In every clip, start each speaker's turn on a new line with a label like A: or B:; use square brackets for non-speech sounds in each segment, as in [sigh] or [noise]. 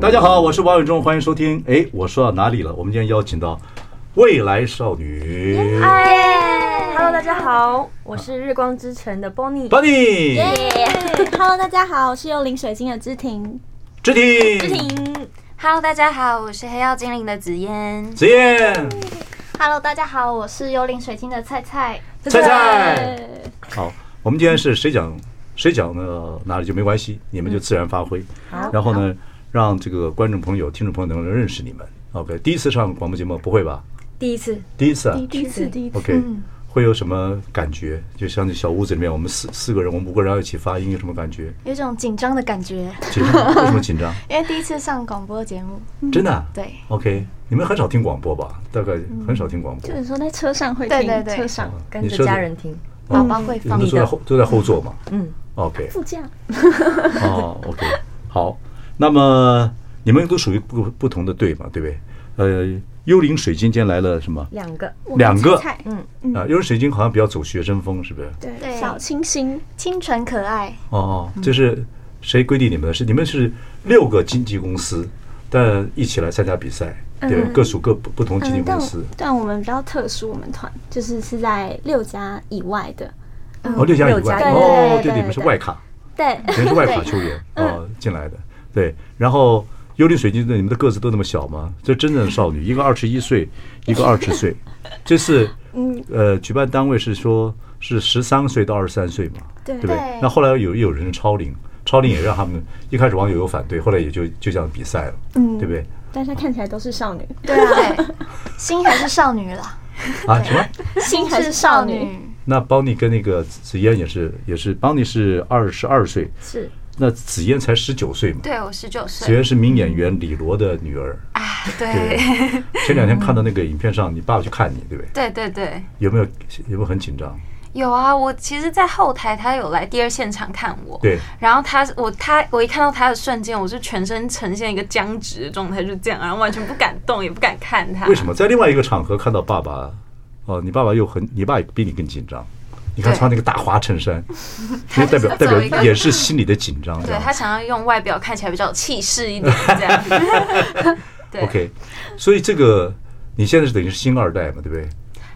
A: 大家好，我是王伟忠，欢迎收听。哎，我说到哪里了？我们今天邀请到未来少女
B: 嗨，Hello，大家好，我是日光之城的 Bonnie。
A: Bunny，
C: Hello，大家好，我是幽灵水晶的知婷。
A: 知婷，
D: Hello，大家好，我是黑曜精灵的紫嫣。
A: 子燕，
E: Hello，大家好，我是幽灵水晶的菜菜。
C: [laughs]
A: 菜菜。好，我们今天是谁讲谁讲呢？哪里就没关系，你们就自然发挥。
D: 嗯
B: 好
A: 然后呢，让这个观众朋友、听众朋友能够认识你们。OK，第一次上广播节目不会吧？
B: 第一次，
A: 第一次啊
C: 第一次，第一次，
A: ，OK，会
D: 嗯
A: 有什么感觉？就像这小屋子里面，我们四四个人，我们五个人要一起发音，有什么感觉？
D: 有一种紧张的感觉，
A: 紧张？为什么紧张？
D: [laughs] 因为第一次上广播节目，嗯
A: 真的啊？
D: 对，
A: OK，你们很少听广播吧？大概很少听广播
C: 就。
D: 嗯
C: 是说在车上会听，
D: 对对对
C: 车上
B: 跟
A: 你
B: 着
A: 说
B: 家
A: 的
B: 人听，
A: 哦
D: 宝宝会
A: 你们
D: 放
A: 都坐在后都在后座嘛？
B: 嗯。
A: OK，
C: 副驾。
A: [laughs] 哦，OK，好，那么你们都属于不不同的队嘛，对不对？呃，幽灵水晶今天来了什么？
B: 两个，
C: 我跟
A: 两个
C: 菜嗯菜
A: 啊，幽灵水晶好像比较走学生风，是不是？
C: 对，
D: 对
C: 小清新，
D: 清纯可爱，
A: 哦，
C: 嗯
A: 就是谁规定你们的？是你们是六个经纪公司，但一起来参加比赛，对，各属各不不同经纪公
C: 嗯但
A: 司。
C: 但我们比较特殊，我们团就是是在六家以外的，
A: 哦，六家以
B: 六
A: 外
B: 家，以外
A: 哦，
C: 对对
A: 对，
C: 对
A: 你们是外卡，
C: 对，
A: 你们是外卡球员哦进来的，对。然后幽灵水晶的，你们的个子都那么小吗？这真正的少女，一个二十一岁，一个二十岁。这次，呃，举办单位是说是十三岁到二十三岁嘛，
C: [laughs] 对
A: 不对
D: 对？
A: 那后来有有人超龄，超龄也让他们一开始网友有反对，后来也就就这样比赛了，
C: 嗯
A: 对不对？
C: 大家看起来都是少女，
D: 对啊，心还是少女
A: [laughs]
D: 啦，
A: 啊，什么？
C: 心还
D: 还
C: 是
D: 是
C: 少
D: 少
C: 女，
D: 女，
A: 那邦尼跟那个紫嫣也是也是，邦尼是二十二岁，
C: [laughs]
B: 是
A: 那紫嫣才十九岁嘛。
D: 对我十九
A: 紫
D: 岁，
A: 嫣是名演员李罗的女儿。
D: [laughs] 对
A: 对，前两天看到那个影片上，你爸爸去看你，对不对？
D: 对对对，
A: 有没有有没有很紧张？
D: 有啊，我其实，在后台他有来第二现场看我，
A: 对，
D: 然后他我他我一看到他的瞬间，我是全身呈现一个僵直的状态，就这样，然后完全不敢动，也不敢看他，
A: 为什么在另外一个场合看到爸爸？哦，你爸爸又很，你爸也比你更紧张。你看
D: 对
A: 穿那个大花衬衫，那代表代
D: [laughs] 走
A: 表
D: 一个
A: 也是心里的紧张，这
D: 对啊
A: 样
D: 他想要用外表看起来比较有气势一 [laughs] 点，这样。对
A: OK，所以这个你现在是等于是星二代嘛，对
D: [laughs]
A: 不对？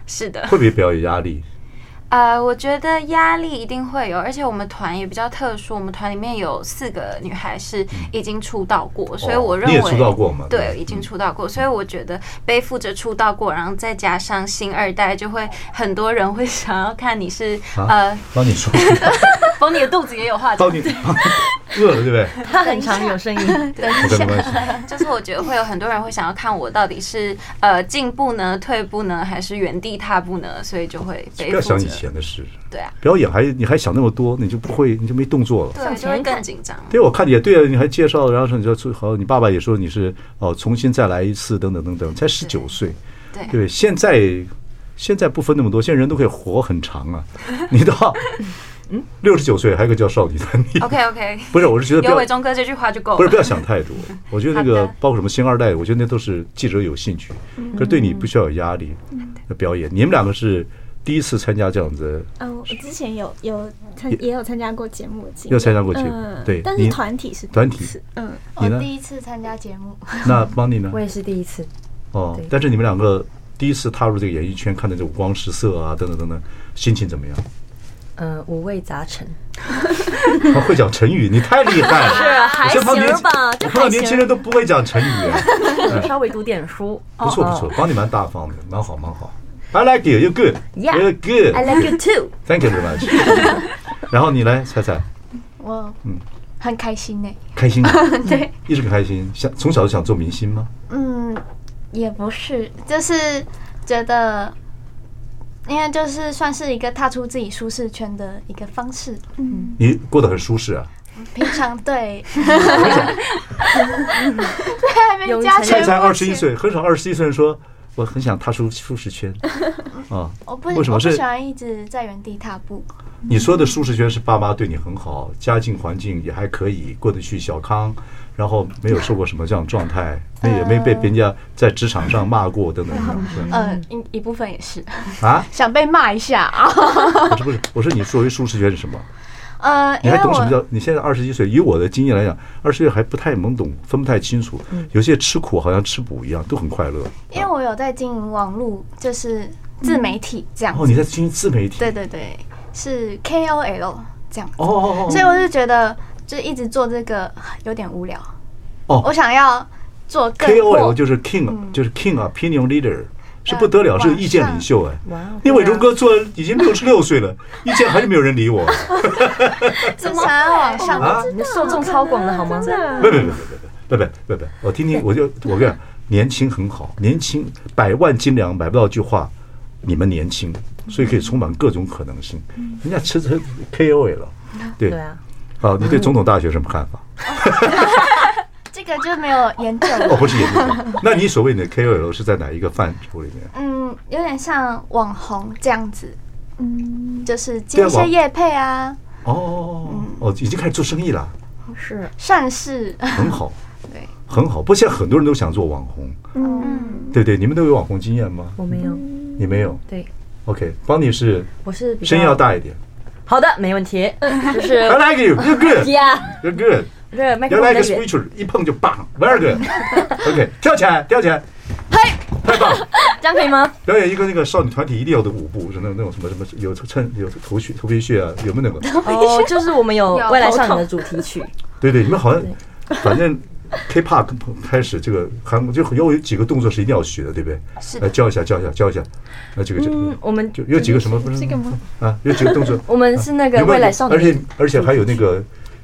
D: 是的，
A: 会不会比较有压力？
D: 呃，我觉得压力一定会有，而且我们团也比较特殊，我们团里面有四个女孩是已经出道过，所以我认
A: 你
D: 为
A: 也出道过嘛对
D: 对，嗯已经出道过，所以我觉得背负着出道过，然后再加上新二代，就会很多人会想要看你是、
A: 啊
D: 呃，
A: 帮你
D: [laughs]
A: 说，
D: 冯你的肚子也有话讲
A: 帮，你饿了，对不对？
B: 他很常有声音，
A: OK，没关系。
D: [laughs] 就是我觉得会有很多人会想要看我到底是呃进步呢、退步呢，还是原地踏步呢，所以就会背
A: 不要
D: 负
A: 想
D: 着
A: 以，前的事，
D: 对啊，
A: 表演还你还想那么多，你就不会，你就没动作了。
D: 对，就会更紧张。
A: 对，我看也对啊，你还介绍，然后说你说出好，你爸爸也说你是哦，重新再来一次，等等等等，才十九岁，
D: 对
A: 对不对，现在现在不分那么多，现在人都可以活很长啊，你到六十九岁还有个叫少女团体，
D: OK OK，
A: 不是，我是觉得 [laughs] 不
D: 哦有
A: 要
D: 伟忠哥这句话就够了。
A: 不是不要想太多，我觉得那
D: 好
A: 个
D: 的
A: 包括什么星二代，我觉得那都是记者有兴趣，可是对你不需要有压力的表演。你们两个是第一次参加这样子，
C: 呃，我之前有有参
A: 也
C: 也有参加过节目的经验，
A: 又参加过节目
C: 嗯
A: 对
C: 但
A: 你
C: 是团体是
A: 团
C: 第一
A: 体
C: 次，嗯，
A: 你
E: 我
A: 呢？
E: 第一次参加节目，
A: 那邦尼呢
B: 我？也是第一次，
A: 哦
B: 对，
A: 但是你们两个第一次踏入这个演艺圈，看到这五光十色啊，等等等等，心情怎么样？
B: 呃，五味杂陈，
A: 他会讲成语，你太厉害了！我
C: 还
A: 现在碰到年
C: 行吧
A: 我碰到年轻人都不会讲成语，
B: [laughs] 稍微读点书，
A: [laughs]
B: 哦
A: 不错不错，邦尼蛮大方的，蛮好蛮好。I like you, you're good,
B: Yeah,
A: you're good.
B: I like you too。
A: Thank you very much. 然后你来猜猜，
E: 我
A: 嗯
E: 很开心呢、
A: 开心吗？对，一直很开心。想从小就想做明星吗？
E: 嗯，也不是，就是觉得，因为就是算是一个踏出自己舒适圈的一个方式。
A: 你过得很舒适啊？
E: 平常对， [laughs] 对，还没加
A: 蔡
E: 全
A: 才
E: 部
A: 二十一，岁，很少二十一岁人说我很想踏出舒适圈啊。
E: 我不
A: 为什么
E: 我不
A: 是
E: 喜欢一直在原地踏步，
A: 你说的舒适圈是爸妈对你很好，家境环境也还可以，过得去小康，然后没有受过什么这样的状态，那也没被别人家在职场上骂过等等等等是吧。
E: 嗯，一一部分也是
A: 啊，
E: 想被骂一下啊，
A: [laughs] 不是不是，我说你作为舒适圈是什么？
E: 呃，
A: 你
E: 因
A: 还
E: 为
A: 懂什么
E: 我
A: 叫？你现在二十一岁，以我的经验来讲，二十岁还不太懵懂，分不太清楚。有些吃苦好像吃补一样，都很快乐。
E: 因为我有在经营网络，就是自媒体这样
A: 哦，
E: 子，
A: 你在经营自媒体？
E: 对对对，是 KOL 这样，
A: 哦哦哦
E: 所以我就觉得就一直做这个有点无聊，
A: 哦
E: 我想要做更
A: ，KOL
E: 扩
A: 就是 King，、就是 King opinion leader，是不得了，
E: 呃
A: 是意见领袖哎。
B: 哇哦，
A: 因为伟忠哥做了已经六十六岁了，意见还是没有人理我。
E: 是想要往上
A: 啊
B: 你的受众超广的啊好 [laughs] 吗？
A: 不不不不不不不不，我听听，我就我跟你讲，年轻很好，年轻百万斤两买不到一句话，你们年轻，所以可以充满各种可能性。人家吃成 KOL 了，对
B: 对啊，
A: 好，你对总统大学有什么看法？
E: 这个就没有研究了 [laughs]
A: 哦，不是研究生，那你所谓你的 KOL 是在哪一个范畴里面？
E: 嗯，有点像网红这样子，嗯，就是
A: 对
E: 接
A: 啊
E: 一些
A: 网
E: 业配啊、
A: 哦哦，已经开始做生意了，
B: 是
E: 善事，
A: 很好，
E: 对，
A: 很好。不过现在很多人都想做网红，
E: 嗯，
A: 对不对？你们都有网红经验吗？
B: 我没有，
A: 你没有
B: 对
A: ？OK，帮你是
B: 我是比较
A: 声音要。大一点。
B: 好的，没问题，就是
A: I like you, you're good,
B: [laughs] 呀，
A: you're good.
B: 这个麦克
A: You
B: 风
A: like
B: 的
A: a
B: 远
A: switcher，一碰就棒，very good. OK，跳起来，跳起来，嘿，太棒！了。
B: 这样可以吗？
A: 表演一个那个少女团体一定有的舞步，是那种那种什么什么有衬有头屑头皮屑啊，有没有那个？
B: [laughs] 哦，就是我们有
D: 有
B: 未来少女的主题曲，
A: 对对，你们好像反正 K-pop 开始这个韩国就有有几个动作是一定要学的，对不对？
D: 是
A: 来
D: 的，
A: 教一下，教一下，教一下。那这个这
B: 嗯
A: 个，
B: 我们。
A: 就有几个什么不是这个吗？啊，有几个动作
B: 我们是 [laughs] 那个
A: 有没有
B: 未来少
A: 而
B: 女
A: 且，而且还有那个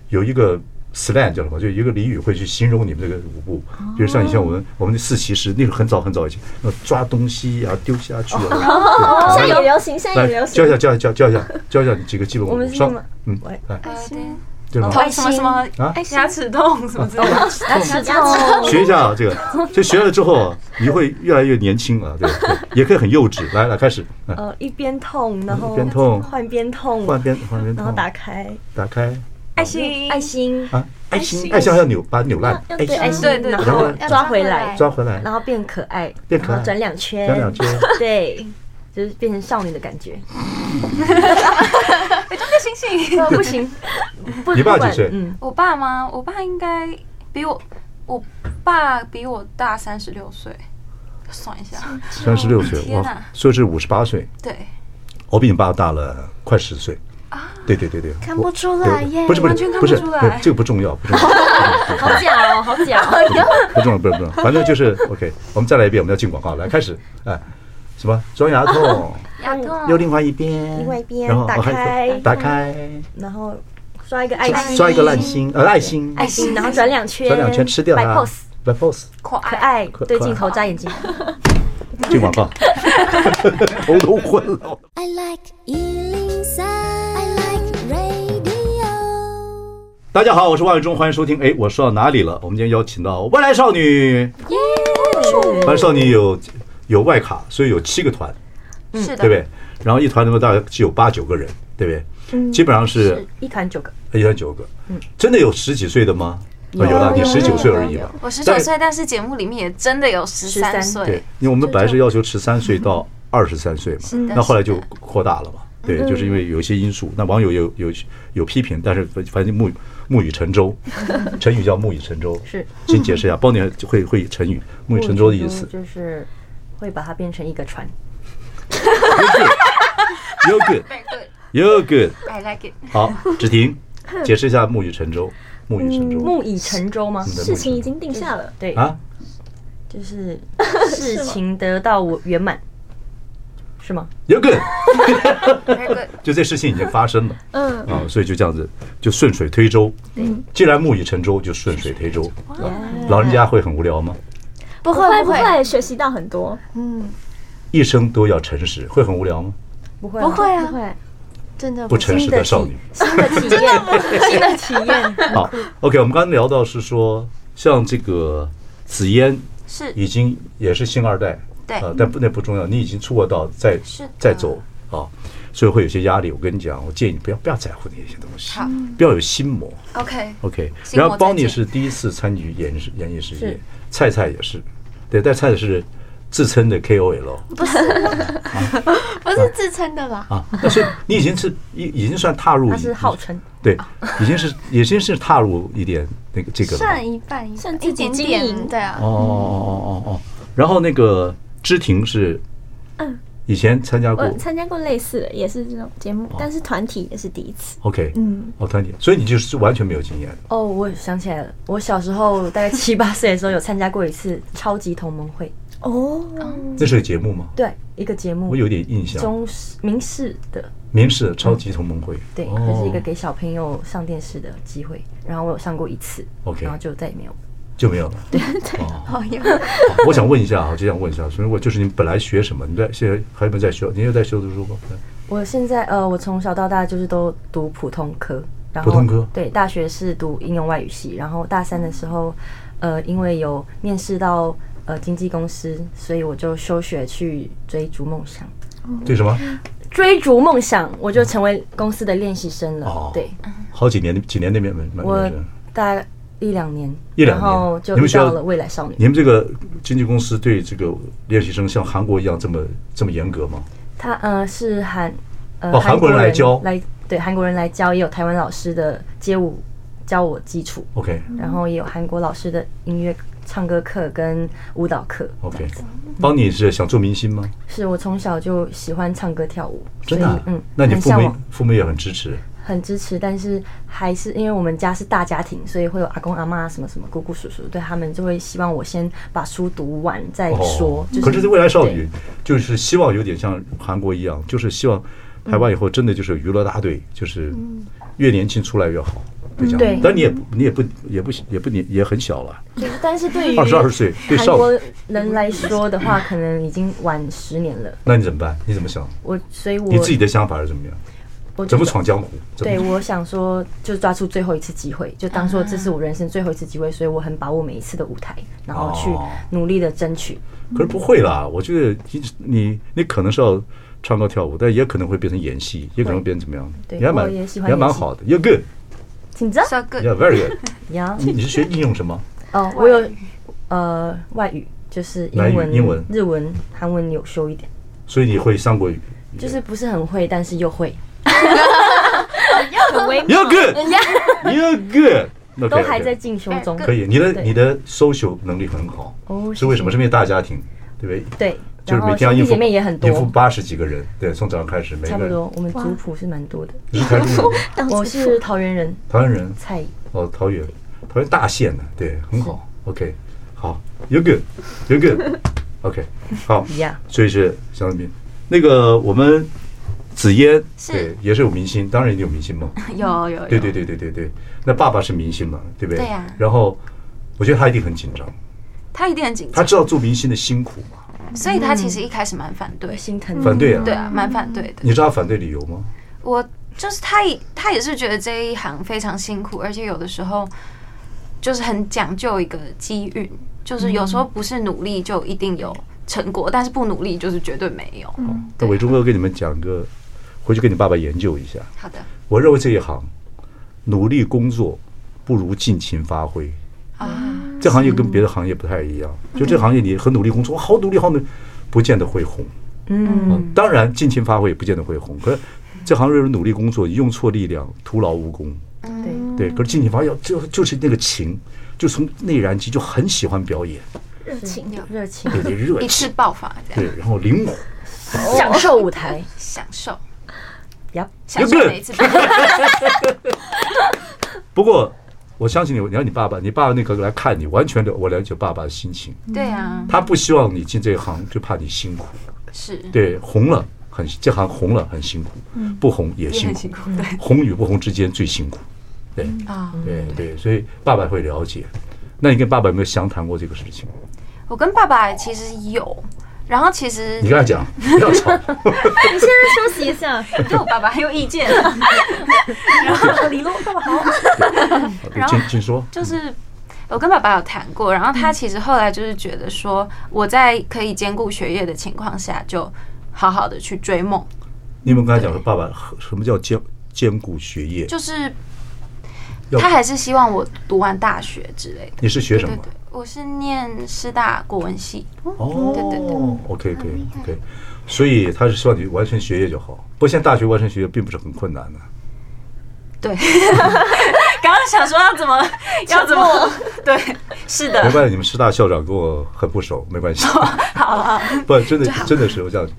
A: 有一个 slang 叫什么？就一个俚语会去形容你们这个舞步，比如像以前我
B: 哦
A: 们我们的四骑士，那个很早很早以前，那抓东西啊，丢下去啊。
B: 哦
C: 现
A: 对
C: 在也流行，现在
A: 来
C: 也流
A: 教
C: 行
A: 一。下，教一下，教一下，教一下你几个基本舞
B: 我们
A: 步。
B: 是
A: 稍
B: 那么
A: 嗯
B: 喂，哦哎
A: 来，
D: 呃对
A: 对吗？
D: 头什么什么
A: 啊哦
D: 牙齿痛什么之类 [laughs] 的，哦
A: 学一下啊，这个，这学了之后啊，你会越来越年轻啊，对，对也可以很幼稚。来来，开始，来
B: 呃，一边痛，然后
A: 一边痛
B: 换边痛，
A: 换边换边
B: 然后
A: 痛，
B: 打开
A: 打开
D: 爱心
B: 爱心，
A: 啊，爱心，爱心要扭，把它扭烂，
C: 要
A: 爱
C: 对
A: 心
C: 爱
B: 心，
D: 对对
B: 嗯然
A: 然后
B: 后
A: 呢
B: 抓回
E: 要
B: 来，
A: 抓回来，
B: 然后变可爱，
A: 变可爱
B: 然后转两圈，
A: 转两圈，
B: [laughs] 对，就是变成少女的感觉。
D: 我就个星 [laughs] 星。
B: [laughs] 不行，不
A: 你爸
B: 不管
A: 几岁
B: 嗯，
D: 呃我爸吗？我爸应该比我，我爸比我大三十六岁，算一下， [laughs]
A: 三十六岁，
D: 天
A: 哇
D: 哪，
A: 所以是五十八岁，
D: 对，
A: 我比你爸大了快十岁。
D: 啊
A: 对对对对，
E: 看
A: 我
E: 不出来
A: 对
E: 耶
A: 不是不是
D: 完全看
A: 不
D: 不
A: 是，
D: 出来
A: 对这个不重要，不重要，嗯
B: 好假哦，好假哦，
A: 不重要，不重要不重要，反正就是 OK。我们再来一遍，我们要进广告，来开始，哎，什么装牙痛，
D: 牙痛
A: 又另外一边，
B: 另外一边
A: 然后
B: 打
A: 哦还
B: 开
A: 打开，
B: [laughs] 然后刷一个爱心，
A: 刷一个烂心，呃，爱心，
B: 爱心，然后转两圈，
A: 转两圈吃掉
B: 摆
A: 它
B: pose，
A: 摆 pose，
D: 可
B: 可
D: 爱，
B: 爱
A: 可，
B: 对
A: 可爱
B: 镜头眨眼睛。
A: 进广告， [laughs] 头都昏了。
F: I like Ealing Sound. I like radio.
A: 大家好，我是万永忠，欢迎收听。哎，我说到哪里了？我们今天邀请到未来少女，
B: 哦
A: 未来少女有有外卡，所以有七个团，
D: 是
A: 对不
D: 的，
A: 对？然后一团那么大概只有八九个人，对不
B: 嗯
A: 对？基本上是
B: 一团九个，
A: 一团九个，真的有十几岁的吗？
B: 嗯有
A: 啊有了，你
B: 有
A: 十九岁而已嘛。啊
D: 我十
A: 但
D: 九
A: 是
D: 岁，但是节目里面也真的有十三
A: 对
D: 岁，，
A: 因为我们本来是要求十三岁到二十三岁嘛，那后来就扩大
B: 嗯
A: 了嘛。对，就是因为有一些因素，那网友有有有批评，但是反反正木木已成
B: [laughs]
A: 舟，成语叫木已成舟。
B: 是，
A: 请解释一下，帮你会会成语木已成舟的意思。
B: 就是会把它变成一个船。
A: You're good,
D: Very
A: you're good.
D: ，I like [laughs] it。
A: 好，芷婷，解释一下木已成舟，木已成舟。
B: 木已成舟吗？
A: 你的木
C: 事情已经定下了，
B: 对，
A: 啊，
B: 就是事情得到我圆满，是吗？
A: you're good，
D: Very good，
A: 就这事情已经发生了。
C: 嗯，
A: 啊，所以就这样子，就顺水推舟。既然木已成舟，就顺水推舟。啊老人家会很无聊吗？
E: 不
C: 不
E: 会嗯
C: 会不，会，学习到很多，
A: 一生都要诚实，会很无聊吗？
B: 不会啊，
E: 不会啊，
C: 会，
E: 真的
A: 不诚实的少女。
B: 呃新的体验， [laughs] 新的体验。
A: 好，OK，我们刚刚聊到是说，像这个紫嫣
D: 是
A: 已经也是星二代，
D: 对
A: 呃，但不那不重要，你已经出国到再
D: 是的
A: 再走啊，所以会有些压力。我跟你讲，我建议你不要不要在乎那些东西
D: 好，
A: 不要有心魔。
D: OK，
A: OK，
D: 心
A: 然
D: 魔
A: 后邦尼
D: 再见
A: 是第一次参与演艺事演艺事业
B: 是，
A: 菜菜也是，对，但菜菜是自称的 KOL
E: 不是自称的啦，
A: 啊，但是你已经是已已经算踏入，
B: [laughs] 他是号称
A: 对，已经是已经是踏入一点那个这个了吧。
E: 算一半一半，
C: 算自己
E: 一点
C: 经
E: 点
C: 营
E: 对啊
A: 哦，哦哦哦哦，然后那个知婷是，
C: 嗯，
A: 以前参加过
C: 我参加过类似的，也是这种节
A: 哦
C: 目，但是团体也是第一次。
A: ，OK，
C: 嗯，
A: 哦，团体，所以你就是完全没有经验的。
B: 哦，我想起来了，我小时候大概七八岁的时候有参加过一次超级同盟会，
C: 哦，
A: 那是个节目吗？
B: 对，一个节目，
A: 我有点印象，
B: 中视明视的，
A: 民事超级同盟会，
B: 对，
A: 哦
B: 这是一个给小朋友上电视的机会。然后我有上过一次
A: OK
B: 然后就再也没有。
A: 就没有了。对对，哦，我想问一下啊，就想问一下，所以我就是你本来学什么？你在现在还有没有在学？你有在修读书吗？
B: 我现在呃，我从小到大就是都读普通科，然后
A: 普通科
B: 对，大学是读应用外语系，然后大三的时候，呃，因为有面试到呃经纪公司，所以我就休学去追逐梦想。
A: 对什么？
B: 追逐梦想，我就成为公司的练习生了。
A: 哦
B: 对，
A: 好几年的几年那边没没
B: 我
A: 没事。
B: 大概一两年，
A: 一两年
B: 然后就
A: 你们
B: 遇
A: 学校
B: 到了未来少女。
A: 你们这个经纪公司对这个练习生像韩国一样这么这么严格吗？
B: 他呃是韩呃
A: 哦韩国人来教
B: 来对韩国人来教，也有台湾老师的街舞教我基础，
A: OK
B: 然后也有韩国老师的音乐唱歌课跟舞蹈课。
A: OK，帮你是想做明星吗？
B: 是我从小就喜欢唱歌跳舞，
A: 真的啊、
B: 所以嗯，
A: 那你
B: 很
A: 父
B: 向
A: 母
B: 往，
A: 父母也很支持。
B: 很支持，但是还是因为我们家是大家庭，所以会有阿公阿妈什么什么姑姑叔叔，对他们就会希望我先把书读完再说。就
A: 哦可是这未来少
B: 对
A: 女就是希望有点像韩国一样，就是希望
B: 嗯
A: 台湾以后真的就是娱乐大队，就是越年轻出来越好。就这样
B: 嗯对
A: 但你也不你也不也不也不年也很小了，
B: 对但是对于
A: 二十二岁对
B: 韩
A: 少
B: 国
A: 女，
B: 人来说的话，可能已经晚十年了。
A: 那你怎么办？你怎么想？
B: 我所以我
A: 你自己的想法是怎么样？
B: 我就
A: 怎么闯江湖？怎
B: 对，
A: 么
B: 我想说，就抓住最后一次机会，就当说这是我人生最后一次机会，所以我很把握每一次的舞台，然后去
A: 哦
B: 努力的争取。
A: 可是不会啦，我觉得你你你可能是要唱歌跳舞，但也可能会变成演戏，也可能变成怎么样？
B: 对
A: 你还
B: 我
A: 蛮
B: 也喜欢
A: 你还蛮
B: 演戏
A: 好的，You're good，
B: 请着
D: so good，
A: yeah very
B: [laughs]
A: good。
B: 呀，
A: 你你是学应用什么？
B: 哦，我有呃外语，就是英
A: 外
B: 文、
A: 语英文
B: 日文、韩文有修一点，
A: 所以你会三
B: [laughs]
A: 国语。
B: 就是不是很会，但是又会，
A: You're good,
B: [laughs]
A: You're good，那
B: 都还在进修中。
A: 可以。你的
B: 对
A: 你的 social 能力很好，
B: 哦谢谢
A: 是为什么？是因为大家庭，对不对？
B: 对，
A: 就
B: 然
A: 是每
B: 后
A: 天要
B: 兄弟
A: 应付
B: 姐妹也很
A: 应付
B: 多，
A: 八十几个人，对，从早上开始，每
B: 差
A: 个
B: 不
A: 人。
B: 多，我们族谱是蛮多的。
A: 你是台中
B: [laughs]
A: 人吗，
C: [laughs]
B: 我是桃园人，
A: 台湾人
B: 蔡
A: 哦，桃园，桃园大县的，对，很好。OK，好，You're good, You're good。OK，好，
B: 一样。
A: 所以是小冷斌，那个我们紫嫣，
D: 是
A: 对，也是有明星，当然也有明星梦。
D: 有有有，
A: 对对对对对对，那爸爸是明星嘛，对不对？
D: 对呀
A: 然后我觉得他一定很紧张，
D: 他一定很紧
A: 他嗯
D: 张，
A: 知道做明星的辛苦嘛，
D: 所以他其实一开始蛮反对，
B: 心疼
A: 反对啊。
D: 对啊，蛮反对的。
A: 你知道他反对理由吗？
D: 我就是他也，他也是觉得这一行非常辛苦，而且有的时候就是很讲究一个机运，就是有时候不是努力就一定有成果，但是不努力就是绝对没有。
A: 那伟忠哥跟你们讲个，回去跟你爸爸研究一下。
D: 好的
A: 我认为这一行，努力工作不如尽情发挥。
D: 啊，
A: 这行业跟别的行业不太一样，就这行业你很努力工作，好努力好努力，不见得会红。
B: 嗯，
A: 嗯，当然尽情发挥也不见得会红，可是这行业是努力工作，用错力量徒劳无功。
B: 对。
A: 对，可是尽情发挥要就就是那个情，就从内燃机就很喜欢表演，
C: 热情，
B: 热情，
A: 对对热
D: 一次
A: 情，
D: 爆发这样
A: 对，然后灵活。
B: 享受舞台。
D: 享受。
B: 呀，
D: 享受每一次爆发，
A: 不过我相信你，你看你爸爸，你爸爸那个来看你，完全的我了解爸爸的心情，
D: 对啊，
A: 他不希望你进这一行，就怕你辛苦。
D: 是
A: 对，红了很这行红了很辛苦，不红也
D: 也
A: 辛
D: 很
A: 苦
D: 辛，苦，对
A: 红与不红之间最辛苦。对
D: 啊。
A: 对对，所以爸爸会了解。那你跟爸爸有没有详谈过这个事情？
D: 我跟爸爸其实有，然后其实 [laughs]
A: 你跟他讲，不要吵。
C: 你现在休息一 [laughs] 下，
D: 对我爸爸很有意见，
B: 李龙爸爸好。
A: 好对
D: [laughs] 然后
A: 请请说。
D: 就是我跟爸爸有谈过，然后
A: 嗯
D: 他其实后来就是觉得说，我在可以兼顾学业的情况下，就好好的去追梦，
A: 你有没有跟他讲说，爸爸什么叫兼兼顾学业？
D: 就是
A: 要
D: 他还是希望我读完大学之类的。
A: 你是学
D: 对
A: 什
D: 对
A: 么？
D: 对，我是念师大国文系，
A: 哦，
D: 对对对
A: o k OK OK，所以他是希望你完成学业就好。不过现在大学完成学业并不是很困难的、 [laughs]
D: 对，刚刚想说要怎么要怎么， [laughs] 对，是的
A: 没，关系，你们师大校长跟我很不熟，没
D: [laughs]
A: 关系。
D: 好啊，
A: [laughs] 不，真的真的是有这样子，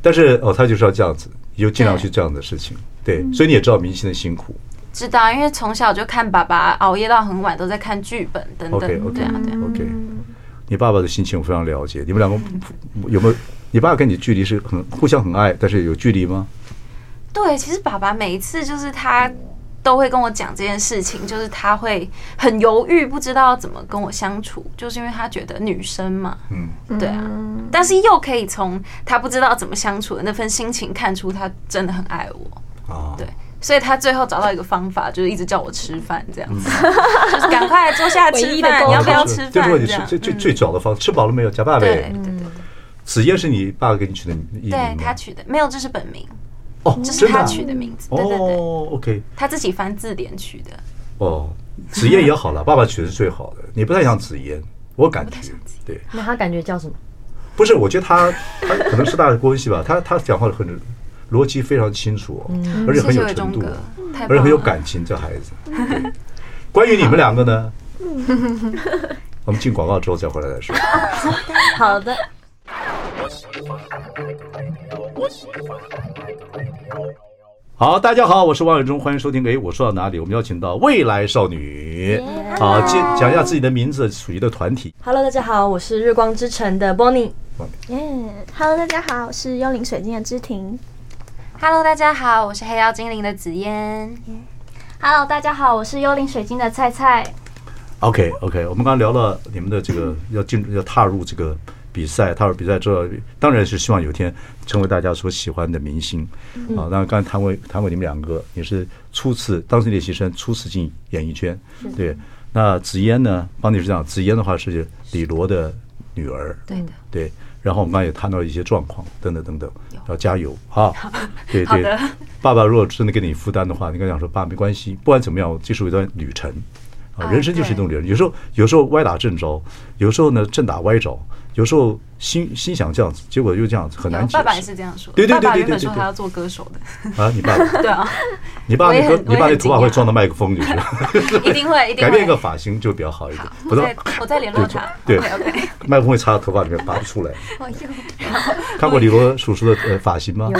A: 但是哦，他就是要这样子，你就尽量去这样的事情。对，
D: 嗯
A: 所以你也知道明星的辛苦。
D: 知道，因为从小就看爸爸熬夜到很晚，都在看剧本等等
A: OK，OK
D: 对啊对啊，
A: OK，你爸爸的心情我非常了解。你们两个有没有？你爸跟你距离是很互相很爱，但是有距离吗？
D: 对，其实爸爸每一次就是他都会跟我讲这件事情，就是他会很犹豫，不知道怎么跟我相处，就是因为他觉得女生嘛，
A: 嗯，
D: 对啊，但是又可以从他不知道怎么相处的那份心情看出他真的很爱我，
A: 啊，
D: 对。所以他最后找到一个方法，就是一直叫我吃饭这样子， [laughs] 就是赶快坐下来
C: 唯
D: 吃
C: 一的
D: 饭，
C: 沟
D: 你
C: 通
D: 要不要
A: 嗯就是
D: 吃
A: 就是
D: 饭
A: 问你
D: 这
A: 是
D: 样？
A: 最最
D: 嗯
A: 最早的方式，吃饱了没有？夹爸
D: 对
A: 呗。
D: 对对
A: 子夜是你爸给你取的艺名吗
D: 对，他取的没有，这是本名，
A: 哦，
D: 这是
A: 真的
D: 他
A: 啊
D: 取的名字，对对对，
A: 哦，OK，
D: 他自己翻字典取的，
A: 哦，子夜也好
D: [laughs]
A: 了，爸爸取的是最好的。你不太像子夜，我感觉对，
B: 那他感觉叫什么？
A: 不是，我觉得他他可能是大关系吧，他他讲话很逻辑非常清楚，而且
D: 谢
A: 很
D: 谢
A: 有
D: 伟
A: 程
D: 忠
A: 度，啊
D: 哥，太
A: 而且
D: 棒
A: 很有
D: 了。
A: 感情。这孩
D: [laughs]
A: 子，对关于你们两个呢，我们进广告之后再回来再说。
B: 好的，
A: 好，大家好，我是王伟忠，欢迎收听。哎，我说到哪里？我们邀请到未来少女，好，介讲一下自己的名字，属于的团体。
B: Hello，大家好，我是日光之城的 Bonnie。
C: 耶、h e l l o 大家好，我是幽灵水晶的知婷。
D: Hello，大家好，我是黑妖精灵的紫嫣。
E: Hello，大家好，我是幽灵水晶的菜菜。
A: OK OK，我们刚刚聊了你们的这个要进入要踏入这个比赛，踏入比赛之后，当然是希望有一天成为大家所喜欢的明星
D: 嗯
A: 啊。那刚才谈过谈过你们两个，也是初次当时练习生，初次进演艺圈，对。那紫嫣呢，帮你是这样，紫嫣的话是李罗的女儿，
D: 对的，
A: 对。然后我们刚刚也谈到一些状况，等等等等，要加油啊！对
D: 好
A: 对
D: 的，
A: 爸爸如果真的给你负担的话，你跟他讲说爸没关系，不管怎么样，我这是一段旅程啊，
D: 啊
A: 人生就是一段旅程。有时候有时候歪打正着，有时候呢正打歪着，有时候心心想这样子，结果又这样子，很
D: 然后
A: 难解
D: 爸爸也
A: 释
D: 是这样说，
A: 对对对
D: 爸爸
A: 对
D: 原本
A: 对
D: 说
A: 对
D: 他要做歌手
A: [laughs]
D: 的，
A: 啊！你爸，
D: [laughs]
A: [laughs]
D: 对啊，
A: 你爸
D: 我也
A: 那个
D: 很
A: 你
D: 我
A: 爸
D: 也
A: 那
D: 很
A: 头发
D: 惊
A: 会
D: 讶
A: 撞到麦克风
D: [laughs]
A: 里去，
D: 一定会，一定
A: 改变一个
D: 会。
A: 发型就比较好一点，不
D: 我
A: 然
D: 再我再联络他。
A: [laughs] 对
D: OK OK，
A: 麦克风会插到头发里面拔不出来。
D: 哦
A: 看过李罗叔叔的呃发型吗？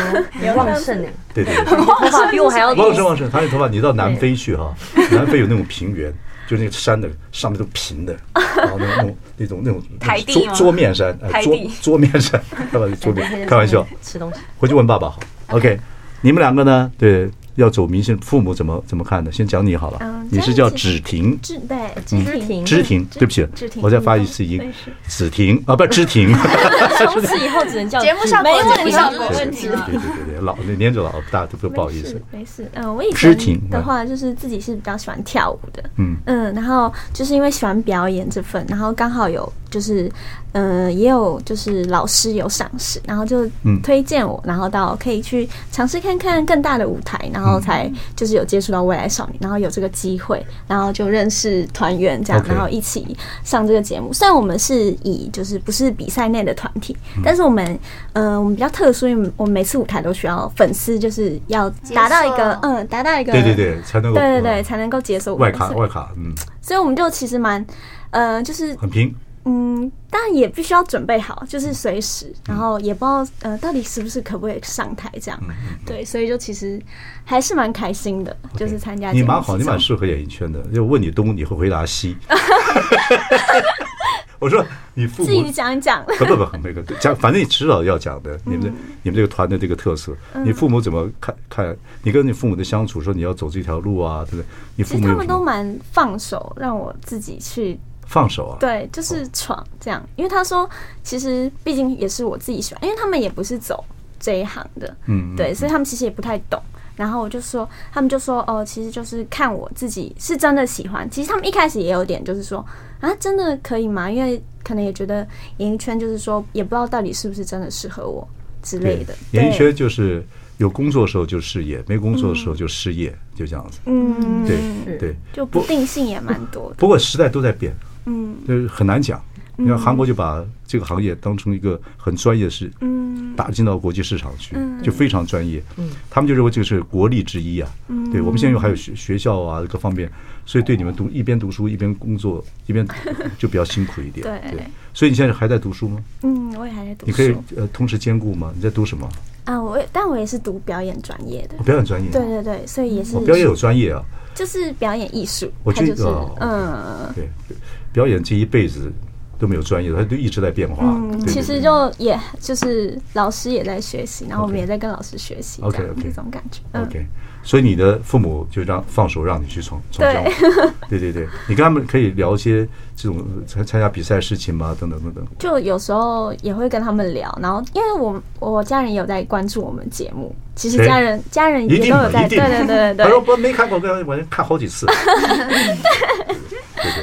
B: 有旺盛呢，
A: 对
D: [laughs]
A: 对对。
B: 头发比我还要多
A: 旺。盛旺盛，他那头发你到南非去哈、南非有那种平原，就是那个山的上面都平
D: [laughs]
A: 的，然后那种那种那种那
D: 台
A: 种
D: 地
A: 桌
D: 吗
A: 桌面山，呃、
D: 台
A: 桌
D: 地
A: 桌面山， [laughs] 开玩笑，桌面开玩笑，
B: 吃东西。
A: 回去问爸爸好。OK，你们两个呢？对，要走明星，父母怎么怎么看的？先讲你好了，
C: 嗯
A: 你是
C: 这
A: 叫
C: 样子
A: 芷婷。
C: 志对，
A: 嗯
C: 知
B: 知
C: 婷，
B: 婷
A: 知婷，对不起
C: 知，婷
A: 我再发一次音
C: 没事，
A: 子婷
C: [laughs]
A: 啊，不是知婷，
B: 从此哦以后只
C: 哦
B: 能叫
E: 节目效果
B: 没问
E: 节
B: 题
E: 目效果
A: 对对
E: 问题
A: [laughs] 对
E: 了
A: 对对，老年纪老，大家都不好意思，
C: 没事，没事。嗯，我以
A: 知婷
C: 前的话就是自己是比较喜欢跳舞的，
A: 嗯
C: 嗯，然后就是因为喜欢表演这份，然后刚好有就是，呃，也有就是老师有赏识，然后就
A: 嗯
C: 推荐我，然后到可以去尝试看看更大的舞台，然
A: 嗯
C: 后才就是有接触到未来少女，然后有这个机会，然后就认识团员这样，
A: OK
C: 然后一起上这个节目。虽然我们是以就是不是比赛内的团体，
A: 嗯
C: 但是我们呃我们比较特殊，因为我们每次舞台都需要粉丝，就是要达到一个
E: 接受
C: 嗯达到一个
A: 对对对，才能够
C: 对对对
A: 嗯
C: 才能够解锁我
A: 外
C: 们
A: 卡
C: 所以
A: 外卡，嗯，
C: 所以我们就其实蛮，呃，就是
A: 很拼，
C: 嗯，但也必须要准备好，就是随时，
A: 嗯
C: 然后也不知道呃到底是不是可不可以上台这
A: 嗯
C: 样，对，所以就其实还是蛮开心的，就是参加
A: 你
C: 节目
A: 蛮好，
C: 这
A: 你蛮
C: 种
A: 适合演艺圈的。就问你东，你会回答
C: [laughs]
A: 西。 [laughs] 我说你父
C: 自己
A: 母
C: 讲一讲，
A: 不不不，那个讲，反正你迟早要讲的。你们
C: 嗯
A: 这你们这个团的这个特色，你父母怎么看看？你跟你父母的相处，说你要走这条路啊，对不对？你
C: 其
A: 父母
C: 实他
A: 有
C: 们
A: 什
C: 都
A: 么？
C: 蛮放手，让我自己去
A: 放手啊，
C: 对，就是闯这样。因为他说，其实毕竟也是我自己喜欢，因为他们也不是走这一行的，
A: 嗯，
C: 对，所以他们其实也不太懂。然后我就说，他们就说，哦，其实就是看我自己是真的喜欢。其实他们一开始也有点就是说，啊，真的可以吗？因为可能也觉得演艺圈就是说，也不知道到底是不是真的适合我之类的。
A: 演艺
C: 对
A: 圈就是有工作的时候就事业，没工作的时候就失业，就这样子。
C: 嗯，
A: 对
B: 是
A: 对，
C: 就不定性也蛮多的。
A: 不过时代都在变，
C: 嗯
A: 就是很难讲。你看韩国就把这个行业当成一个很专业的事，
C: 嗯，
A: 打进到国际市场去，
C: 嗯
A: 就非常专业。他们就认为这个是国力之一啊。
C: 嗯
A: 对我们现在又还有学学校啊各方面，所以对你们读一边读书一边工作一
C: [laughs]
A: 边就比较辛苦一点。
C: 对
A: 所以你现在还在读书吗？
C: 嗯，我也还在读
A: 你可以
C: 书
A: 呃同时兼顾吗？你在读什么？
C: 啊，我也但我也是读表演专业的
A: 我。表演专业。
C: 对对对，所以也是
A: 我表演有专业啊。
C: 就是表演艺术，
A: 我
C: 它
A: 觉
C: 就是
A: 得哦
C: 嗯
A: 对，表演这一辈子都没有专业的，他就一直在变化。对
C: 嗯，
A: 啊对
C: 其
A: 对
C: 实就也就是老师也在学习，然后我们
A: OK
C: 也在跟老师学习，这
A: OK，
C: 样
A: OK
C: 这种感觉，嗯，
A: OK，所以你的父母就让放手让你去闯闯江
C: [laughs]
A: 湖，对对对，你跟他们可以聊一些这种呃参参加比赛事情吗？等等等等，
C: 就有时候也会跟他们聊，然后因为我我家人也有在关注我们节目，其实
A: 谁
C: 家人家人也
A: 一定
C: 都有
A: 的，
C: 在，
A: 一
C: 对
A: 定的。哎
C: 对对对
A: 他说
C: 对，
A: 我没看过，我我看好几
C: [laughs]
A: 次。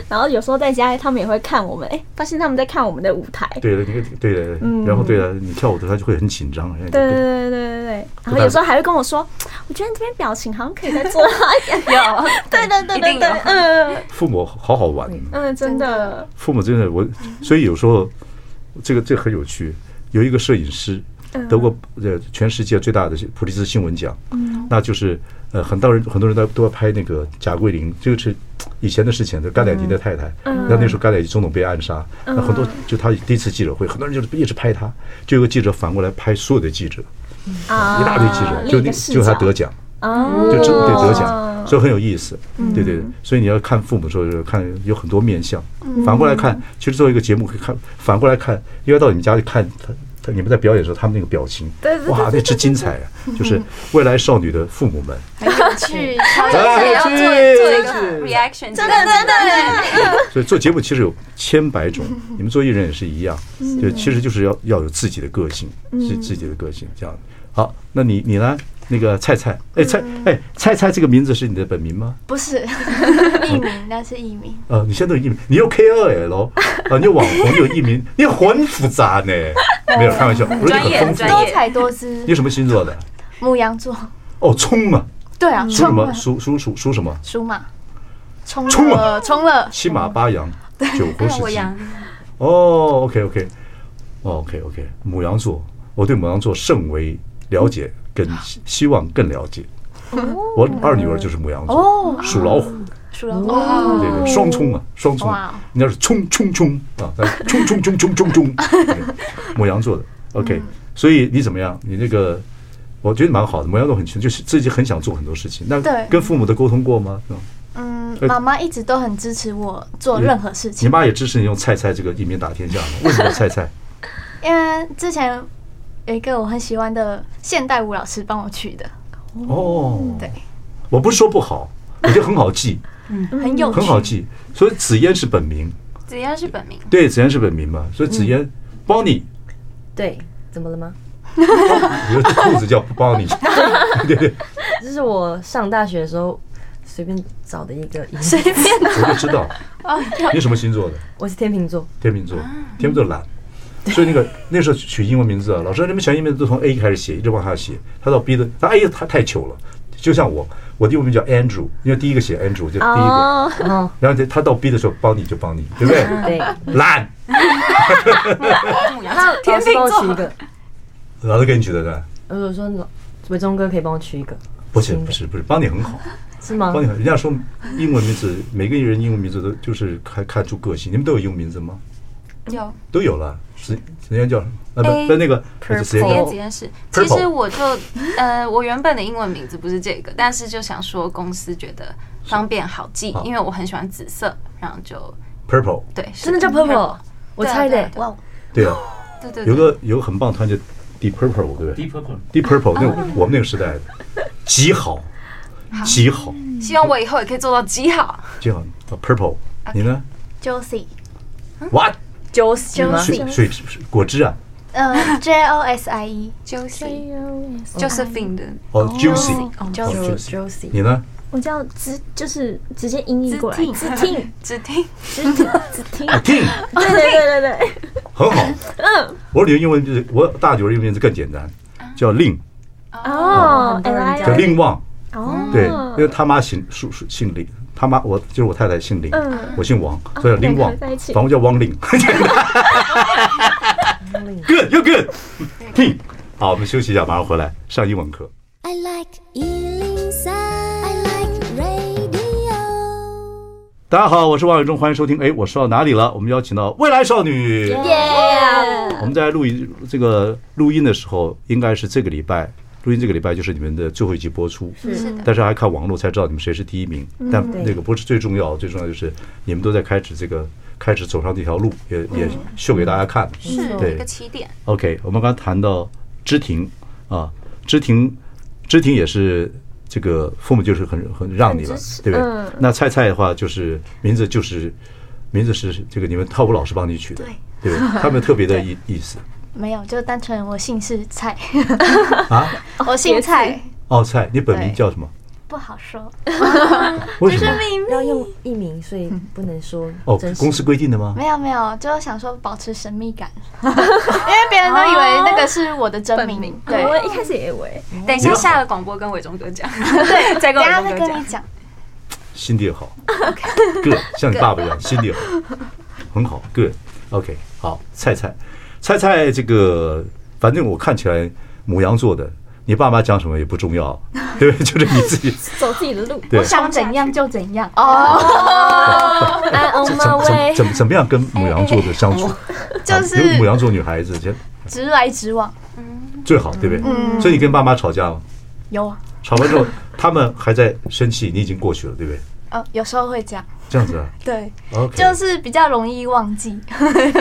C: 然后有时候在家他们也会看我们，哎，发现他们在看我们的舞台，
A: 对的，你看对的，
C: 嗯
A: 然后对了，啊你跳舞的时候他就会很紧张，哎
C: 对对对对对对，然后有时候还会跟我说，我觉得你这边表情好像可以再做好一点，
D: 有，
C: [laughs] 对对对
D: 一
C: 对
D: 定
C: 对
D: 有，
C: 嗯
A: 父母好好玩，
C: 嗯，真的，
A: 父母真的我，所以有时候这个这个很有趣。有一个摄影师
C: 嗯，
A: 得过呃全世界最大的普利兹新闻奖，
C: 嗯
A: 那就是呃很多人很多人都都要拍那个贾桂林，这个是以前的事情，就甘乃迪的太太。
C: 嗯
A: 那那时候甘乃迪总统被暗杀，那很多就他第一次记者会，很多人就是一直拍他，就有个记者反过来拍所有的记者，
C: 啊
A: 一大堆记者，就
C: 另一
A: 那
C: 个
A: 就他
C: 视角
A: 得奖。
C: 哦，
A: 就真对得奖，所以很有意思。对对，所以你要看父母说，看有很多面相。反过来看，其实做一个节目可以看，反过来看，因为到你们家去看他。他你们在表演的时候，他们那个表情，哇，那之精彩啊！就是未来少女的父母们，
D: 去，他们要做做一个 reaction，真的真的，
A: 所以做节目其实有千百种，你们做艺人也是一样，就其实就是要要有自己的个性，是自己的个性这样。好，那你你呢？那个菜菜，哎菜哎菜菜这个名字是你的本名吗？
E: 不是艺名，那是艺名。
A: 呃，你现在都有艺名，你又 K 二 L，啊，你有网红，又有艺名，你很复杂
D: [laughs]
A: 呢。没有开玩笑，我说
D: 专
A: 你
D: 业
A: 很丰富
D: 专。
E: 多
D: 业
E: 彩多姿
A: 你，什么星座的？
E: 牧羊座。
A: 哦，冲嘛，
E: 对啊，
A: 属什
E: 冲
A: 么？
E: 了，
A: 属属属属什么？
E: 属马，冲
A: 冲
E: 了，冲了，
A: 七马八羊，九
D: 呃还
A: 合
D: 有
A: 十
D: 我
A: 鸡。
D: 羊，
A: 哦，OK OK，哦 OK OK，母羊座，我对母羊座甚为了解，跟希希望更了解。
D: 哦
A: 我二女儿就是母羊座，属老虎，
E: 属老虎。
A: 对对，双冲啊，双冲
E: 哇，
A: 人家是冲冲冲啊，来冲冲冲冲冲
E: [laughs]
A: 冲，对母羊座的，OK，所
E: 嗯
A: 以你怎么样？你那个，我觉得蛮好的，母羊座很清，就是自己很想做很多事情。那
E: 对
A: 跟父母的沟通过吗？嗯
E: 嗯，妈妈一直都很支持我做任何事
A: 你
E: 情，
A: 妈也支持你用菜菜这个艺名打
E: 哦
A: 天下吗？为什么菜
E: [laughs]
A: 菜？
E: 因为之前有一个我很喜欢的现代舞老师帮我取的，
A: 哦，
E: 对，
A: 我不是说不
E: [laughs]
A: 好，我觉得很好记，
C: 嗯
E: 很有趣
A: 很好记。所以子嫣是本名，
D: 子嫣
A: [laughs]
D: 是本名，
A: 对，子嫣是本名嘛。所以子
E: 嗯
A: 嫣 Bonnie，
B: 对，怎么了吗？
A: 你的裤子叫
E: [laughs]
A: Bonnie，对对，
B: 这是我上大学的时候随便找的一个音，
A: 我就知道。
E: 哦
A: 你什么星座的？
B: 我是天秤座，
A: 天秤座，天秤座懒，所以那个那时候取英文名字啊，老师说你们选英文名字都从 A 开始写，一直往下写，他到 B 的，他 A 他太糗了，就像我，我的英文名叫 Andrew，因为第一个写 Andrew 就第一个，
C: 哦，
B: 然后
A: 然后他到 B 的时候帮你就帮你，对不对？
B: 哦对，
A: 懒，
D: 母羊
B: 他
D: 天
B: 老师
D: 秤
B: 帮我取
D: 座，
B: 一个，
A: 老师给你取的呢？
B: 如果说老伟忠哥可以帮我取一个，
A: 不是不是不是，帮你很好，
B: 是吗
A: 帮？你很。人家说英文名字，每个人英文名字都就是看看出个性。你们都有英文名字吗？
D: 有
A: 都有了，时时间叫什么？呃，不
D: A
A: 不，那个
D: 子
A: 时间
D: 嫣
A: 叫
D: 子嫣是，其
A: Purple
D: 实我就呃，我原本的英文名字不是这个，但是就想说公司觉得方便好记
A: 好，
D: 因为我很喜欢紫色，然后就
A: Purple，
D: 对，
B: 真的叫 purple，我猜的，
D: 哇，
A: 对啊。
D: 对对，对
A: 有个有个很棒的团叫 Deep Purple，对不对
G: Deep Purple，
A: ？Deep Purple 那种我们那个时代的，极好，啊极好，
D: 希望我以后也可以做到极好。
A: 极好。啊 Purple，你呢？
E: Josie，
A: 哇，
B: 九死吗？
A: 水水水果汁啊，
E: 呃，J O S I E，
D: Josie Josephine 的
A: 哦，juicy，
D: 哦
B: 九
A: 哦 juicy，
B: Josie，
A: 你呢？
C: 我叫直，就是直接音译过来，直
D: [laughs]
C: 听，
D: 只听
C: 直听，直听，
A: 啊，king，
C: 对对对对对，
A: 很 [laughs] 好。我女儿英文就是我大女儿英文名字更简单，叫令，
C: 哦
B: 很多
C: ，L
B: 人
C: I
A: 叫令望。
C: 哦，
A: 对，因为他妈姓叔叔姓林，他妈我就是我太太姓林，
C: 嗯
A: 我姓王，所以叫林
C: 两个
A: 王
C: 人在一，起
A: 反正叫
C: [laughs]
A: 汪林。good, you good. [laughs] 听，好，我们休息一下，马上回来上英文课。
F: I like Ealing Sound. I like radio.
A: 大家好，我是王伟忠，欢迎收听。哎，我说到哪里了？我们邀请到未来少女。
C: 耶，
A: 我们在录音这个录音的时候，应该是这个礼拜录音，这个礼拜就是你们的最后一集播出。
D: 是的，
A: 但是还看网络才知道你们谁是第一名。但那个不是最重要，最重要就是你们都在开始这个开始走上这条路，也也秀给大家看。
D: 是
A: 对
D: 一个起点。
A: OK，我们刚谈到知婷啊，知婷，知婷也是这个父母就是很很让你了
C: 很支，持
A: 对不对？
C: 嗯
A: 那菜菜的话就是名字就是名字是这个你们跳舞老师帮你取的，对不对？他们特别的意意思
E: 没有，就单纯我姓是
C: [laughs]
E: 蔡，
A: 啊。
E: 我姓蔡，
A: 哦，菜，你本名叫什么？
E: 不好说。
A: 为什么？
B: 要用艺名，所以不能说
A: 哦
B: 真，实
A: 公司规定的吗？
E: [laughs] 没有没有，就想说保持神秘感， [laughs] 因为别人都以为那个是我的真
D: 本
E: 名
D: 名。
E: 对，
C: 我一开始也以为，
D: 等一下下了广播跟伟忠哥讲，对，再跟
E: 等一
D: 伟
E: 下
D: 忠
E: 会
D: 哥
E: 跟你
D: 讲。
E: 讲。
A: 心地好 [laughs] ，good，像你爸爸一样，心地好，很好，good，OK，、好，菜菜，菜菜这个，反正我看起来母羊座的，你爸妈讲什么也不重
E: [laughs]
A: 要，对不对？就是你自己，
C: 走自己的路，
A: 对，
E: 想怎样就怎样 [laughs] 哦，
C: I'm on
A: 怎
C: my
A: 怎
C: way，
A: 怎怎怎么样跟母羊座的相处？
E: 就
A: [laughs] 啊
E: 是
A: 因为母羊座女孩子这
E: 直来直往。
A: 最好，对不对？
E: 嗯
A: 所以你跟爸妈吵架吗？
E: 有啊，
A: 吵完之后，他们还在生气，你已经过去了，对不对？
E: 呃，有时候会这样。
A: 这样子啊
E: 对，
A: ，OK，
E: 就是比较容易忘 [laughs] 记。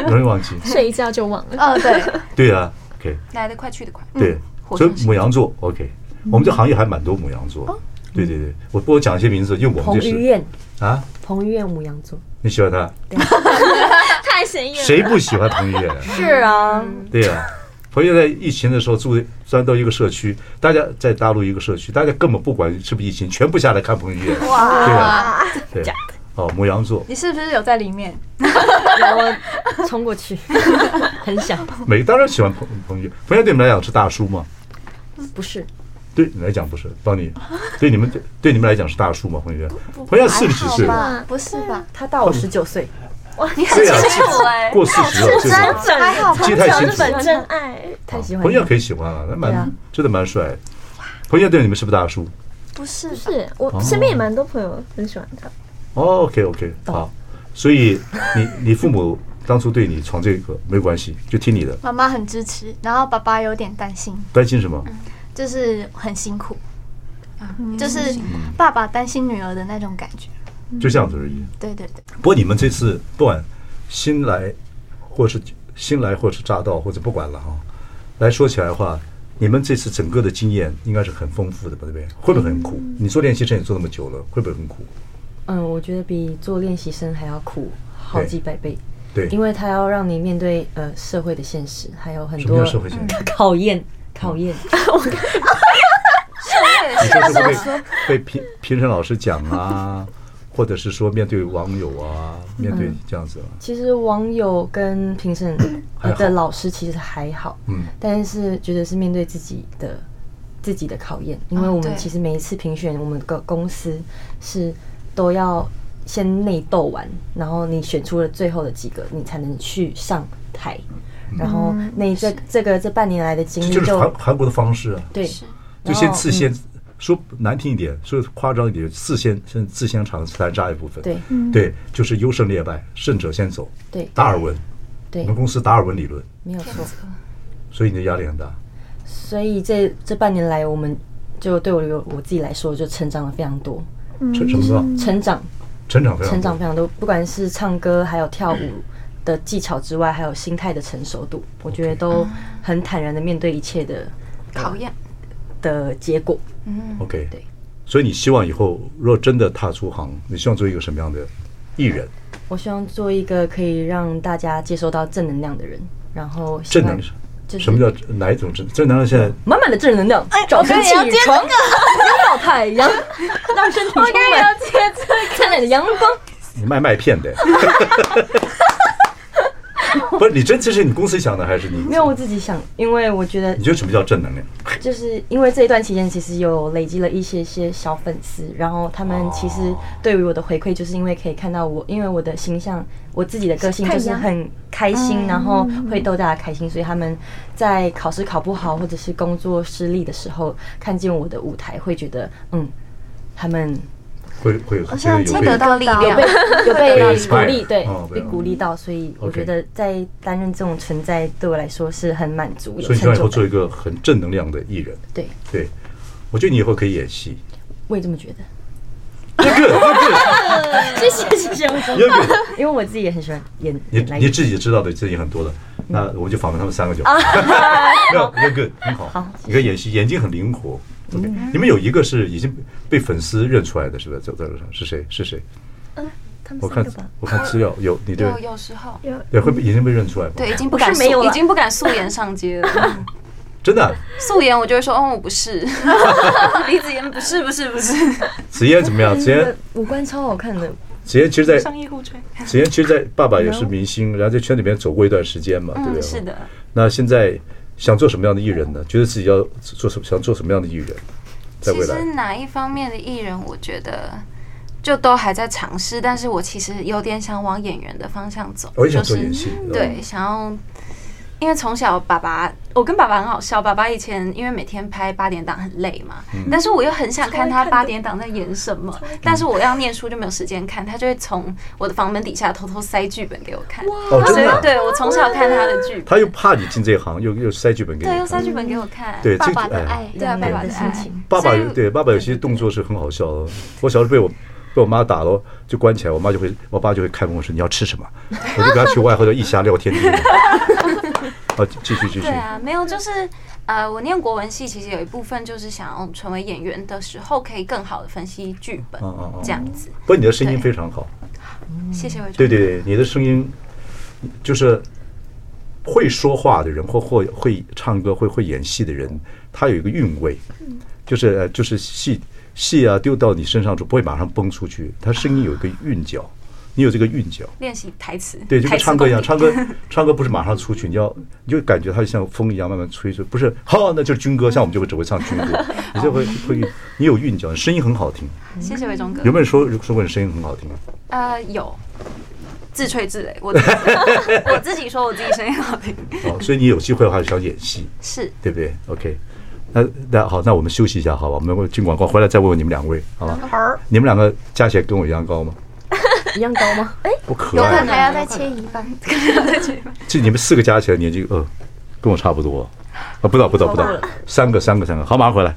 A: 容易忘记，
C: 睡一觉就忘了，
E: 呃，对，
A: 对啊，OK。
D: 来得快去得快，
A: 对，
D: 火
A: 所以
D: 象星
A: 母羊座，OK，我们这行业还蛮多母羊座。对对对，我不过讲一些名字，因为我
B: 彭
A: 们就
B: 于
A: 是
B: 晏，
A: 啊，
B: 彭于晏母羊座，
A: 你喜欢他，
C: 太显眼
A: 谁不喜欢彭于晏啊？
B: 是啊，
A: 对呀、彭于晏在疫情的时候住虽然到一个社区，大家在大陆一个社区，大家根本不管是不是疫情，全部下来看彭于晏。哇，对啊，对，哦，母羊座，
E: 你是不是有在里面？
B: 然后我冲过去， [laughs] 很想，
A: 每当然喜欢彭彭于晏，彭于晏对你们来讲是大叔吗？
B: 不是，
A: 对你来讲不是，帮你，对你们对对你们来讲是大叔吗？彭于晏，彭于晏四十几岁
E: 好
A: 了，
E: 吧？不是吧？
B: 他大我十九岁，
D: 你很清楚哎，
A: 过四十了，就是。
E: 还好吧
A: 记？太清楚了。
C: 本真爱，
B: 太喜欢
A: 彭于晏
B: 他。
A: 可以喜欢了，那蛮、
B: 对啊
A: 真的蛮帅的。彭于晏对你们是不是大叔、
E: 不是吧，
C: 是我身边也蛮多朋友很喜欢他，
A: 哦、？OK OK，好。所以你你父母当初对你闯这个没关系，就听你的。
E: 妈妈很支持，然后爸爸有点担心，
A: 担心什么？
B: 嗯
E: 就是很辛苦，就是爸爸担心女儿的那种感觉。
A: 就这样子而已。
E: 对对对，
A: 不过你们这次不管新来，或是新来，或是乍到，或者不管了啊。来说起来的话，你们这次整个的经验应该是很丰富的吧？对不对？会不会很苦？你做练习生也做那么久了，会不会很苦？
B: 嗯，我觉得比做练习生还要苦好几百倍，
A: 对，
B: 因为他要让你面对呃社会的现实，还有很
A: 什么
B: 多嗯
A: 叫社会现嗯象？
B: [laughs] 考验，考验。
A: 你说是不是被被评评审老师讲啊，或者是说面对网友啊，面
B: 嗯
A: 对这样子啊，
B: 其实网友跟评审
A: 还
B: 呃
A: 好
B: 的老师其实还好，
A: 嗯，
B: 但是觉得是面对自己的自己的考验，因为我
D: 对
B: 们其实每一次评选，我们个公司是都要先内斗完，然后你选出了最后的几个，你才能去上台。然后那这这个这半年来的经
A: 嗯这就
B: 历
A: 是韩
B: 嗯就哦嗯
A: 韩国的方式啊，
B: 对，
A: 就先自先说难听一点，说夸张一点，自先先自先尝残杀一部分，
B: 对
A: 对，就是优胜劣败，胜者先走，
B: 对
A: 达尔文，
B: 对
A: 我们，公司达尔文理论，
B: 没有错。
A: 所以你的压力很大，
B: 所以这这半年来，我们就对我有我自己来说，就成长了非常多，
A: 成什么多
B: 成长
A: 成长非常
B: 嗯成
A: 多
B: 长非常多，不管是唱歌还有跳舞的技巧之外，还有心态的成熟度，我觉得都很坦然的面对一切的
D: 考验
B: 的结果。
A: ，OK，
B: 对
A: 所以你希望以后若真的踏出行，你希望做一个什么样的艺人？
B: 我希望做一个可以让大家接收到正能量的人，然后希
A: 正
B: 望
A: 能量
B: 就是
A: 什么叫哪一种正正能量？现在
B: 满满的正能量，早晨起床，拥抱太阳，让身体充满灿烂的阳光。
A: 你卖麦片的，
B: [laughs]
A: 不是你真这是你公司想的还是你？
B: 没有，我自己想，因为我觉得
A: 你觉得什么叫正能量？
B: 就是因为这一段期间，其实有累积了一些些小粉丝，然后他们其实对于我的回馈，就是因为可以看到我，因为我的形象，我自己的个性就是很开心，然后会逗大家开心，所以他们在考试考不好或者是工作失利的时候，看见我的舞台，会觉得嗯，他们
A: 会会
E: 好
A: 会
E: 像
A: 有
E: 听
A: 被
D: 得到力
B: 有
D: 量
B: 被，有被
A: inspire
B: 鼓励，对
A: 哦，被
B: 被鼓励到，所以我
A: OK
B: 觉得在担任这种存在对我来说是很满足，有
A: 所以你希望
B: 成
A: 以后
B: 就
A: 做一
B: 感。
A: 个很正能量的艺人。
B: 对，
A: 对，我觉得你以后可以演戏。
B: 我也这么觉得。 [laughs]
A: You're good, you're good,
B: 谢谢谢谢，我真的
A: you're good。
B: 因为我自己也很喜欢演
A: 你
B: 演来
A: 你
B: 演。
A: 自己知道的自己很多的，那我就访问他们三个就好。 [laughs] 没有，you're good，很好
B: 啊好。嗯
A: 你看演戏眼睛很灵活。OK，你们有一个是已经被粉丝认出来的，是吧？在在路上是谁？是谁？
C: 他
A: 我
C: 们三
A: 看
C: 个吧，
A: 我看资料有你对
D: 有有时候，
A: 对会被已经被认出来吗？
D: 对，已经不
B: 我是
D: 敢
B: 没有
D: 素，已
B: 了
D: 经不敢素颜上街了。嗯
A: 真的啊。
D: 素颜我就会说，哦，我不是， [laughs] 李子妍不是，不是，不是，
A: 子嫣怎么样？子
B: 那
A: 嫣
D: [laughs]
B: 个五官超好看的，
A: 子嫣其实，在
D: 上医互吹。
A: 子嫣其实，在爸爸也是明星，然后在圈里面走过一段时间嘛，对不对？
D: 嗯，是。的，
A: 那现在想做什么样的艺人呢？觉得自己要做什么？想做什么样的艺人？在
D: 其
A: 未
D: 实
A: 来，
D: 哪一方面的艺人，我觉得就都还在尝试，但是我其实有点想往演员的方向走，
A: 我也想
D: 就是
A: 做演戏。嗯
D: 对，，想要，因为从小爸爸，我跟爸爸很好笑。爸爸以前因为每天拍八点档很累嘛，
A: 嗯
D: 但是我又很想看他八点档在演什么，但是我要念书就没有时间看，他就会从我的房门底下偷偷塞剧本给我看。
A: 哦，真
D: 所以
A: 的啊。
D: 对我从小看他的剧本，
A: 他又怕你进这行，又又塞剧本给你
D: 对，又
A: 看。
D: 塞剧本给我看。
A: 对，这
E: 爸
A: 个
E: 爸的
A: 哎，
E: 爱，
D: 对啊，爸
B: 两
D: 爸
B: 人的
D: 爱
B: 心。情。
A: 爸爸
D: 所以
A: 有对爸爸有些动作是很好笑的。我小时候被我被我妈打了，就关起来，我妈就会，我爸就会看我说你要吃什么， [laughs] 我就给他取外号叫一侠廖天丁。 [laughs] 好，继续继续
D: 对。啊，没有，就是呃，我念国文系，其实有一部分就是想要成为演员的时候，可以更好的分析剧本
A: 嗯嗯嗯，
D: 这样子。
A: 不过你的声音
D: 对
A: 非常好，
D: 谢谢魏主
A: 对对对，你的声音就是会说话的人，或或会唱歌、会会演戏的人，他有一个韵味，就是呃就是戏戏啊丢到你身上就不会马上崩出去，他声音有一个韵脚，你有这个韵脚。
D: 练习台词，
A: 对，就
D: 台
A: 跟
D: 词
A: 唱歌一样，
D: 功
A: 唱
D: 底
A: 歌唱歌不是马上出去，你要你就感觉它像风一样慢慢吹吹，不是好，那就是军歌，像我们就会只会唱军歌，你就会会你有韵脚，你声音很好听。
D: 谢谢魏忠哥
A: 有。没有人说说过你声音很好听？
D: 呃，有自吹自擂，我自己
A: [laughs]
D: 我自己说我自己声音好听，
A: 哦，所以你有机会的话想演戏，
D: 是
A: 对不对？OK，那那好，那我们休息一下，好吧？我们进广告，回来再问问你们两位，好吧？你们两个加起来跟我一样高吗？
B: 一样
A: [laughs]
B: 高吗？
A: 不可爱，
E: 还要再切一半，
A: 这你们四个加起来年纪呃，跟我差不多。啊，不到不到不到，三个三个三个，好，马上回来。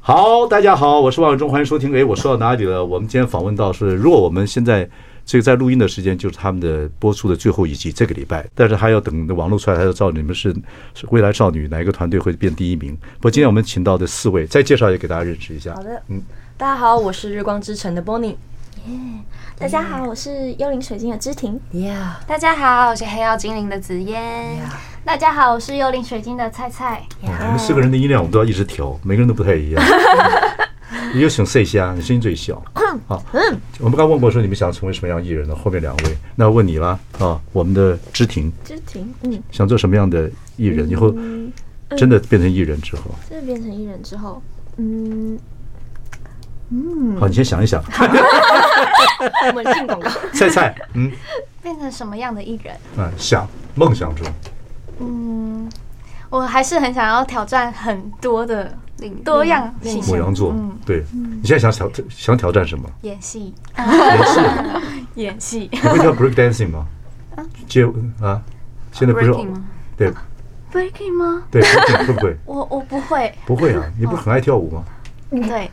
A: 好，大家好，我是万永忠，欢迎收听。哎，我说到哪里了？我们今天访问到是，如果我们现在这个在录音的时间就是他们的播出的最后一集，这个礼拜，但是还要等网络出来，还要照你们是是未来少女哪一个团队会变第一名。不过今天我们请到的四位，再介绍也给大家认识一下。
B: 好的，
A: 嗯，
B: 大家好，我是日光之城的 Bonnie。
C: 大家好，我是幽灵水晶的知婷。
B: Yeah，
D: 大家好，我是黑曜精灵的紫嫣，
E: 大家好，我是幽灵水晶的菜菜。
A: 哦你们四个人的音量我们都要一直调，每个人都不太一样。你就请 C 虾，你声音最小。好，我们刚问过说你们想成为什么样的艺人呢？后面两位，那问你啦啊，我们的知婷
C: 知婷，嗯，
A: 想做什么样的艺人？以后真的变成艺人之后，
C: 这变成艺人之后，嗯，
A: 好，你先想一想。
B: 我们进广告。
A: 菜菜，嗯
E: 变成什么样的艺人？
A: 啊，想梦想中，
E: 嗯，我还是很想要挑战很多的
D: 领
E: 多样性
A: 母羊座
E: 嗯，
A: 对，你现在想挑想挑战什么？
E: 演戏，
A: 演戏？
E: 演戏。
A: 你会跳 break dancing 吗？街舞啊？现在不是
D: breaking 吗？
A: 对
E: Breaking 吗？
A: 对，breaking 会不会？
E: 我我不会。
A: 不会啊，你不是很爱跳舞吗？
E: 对，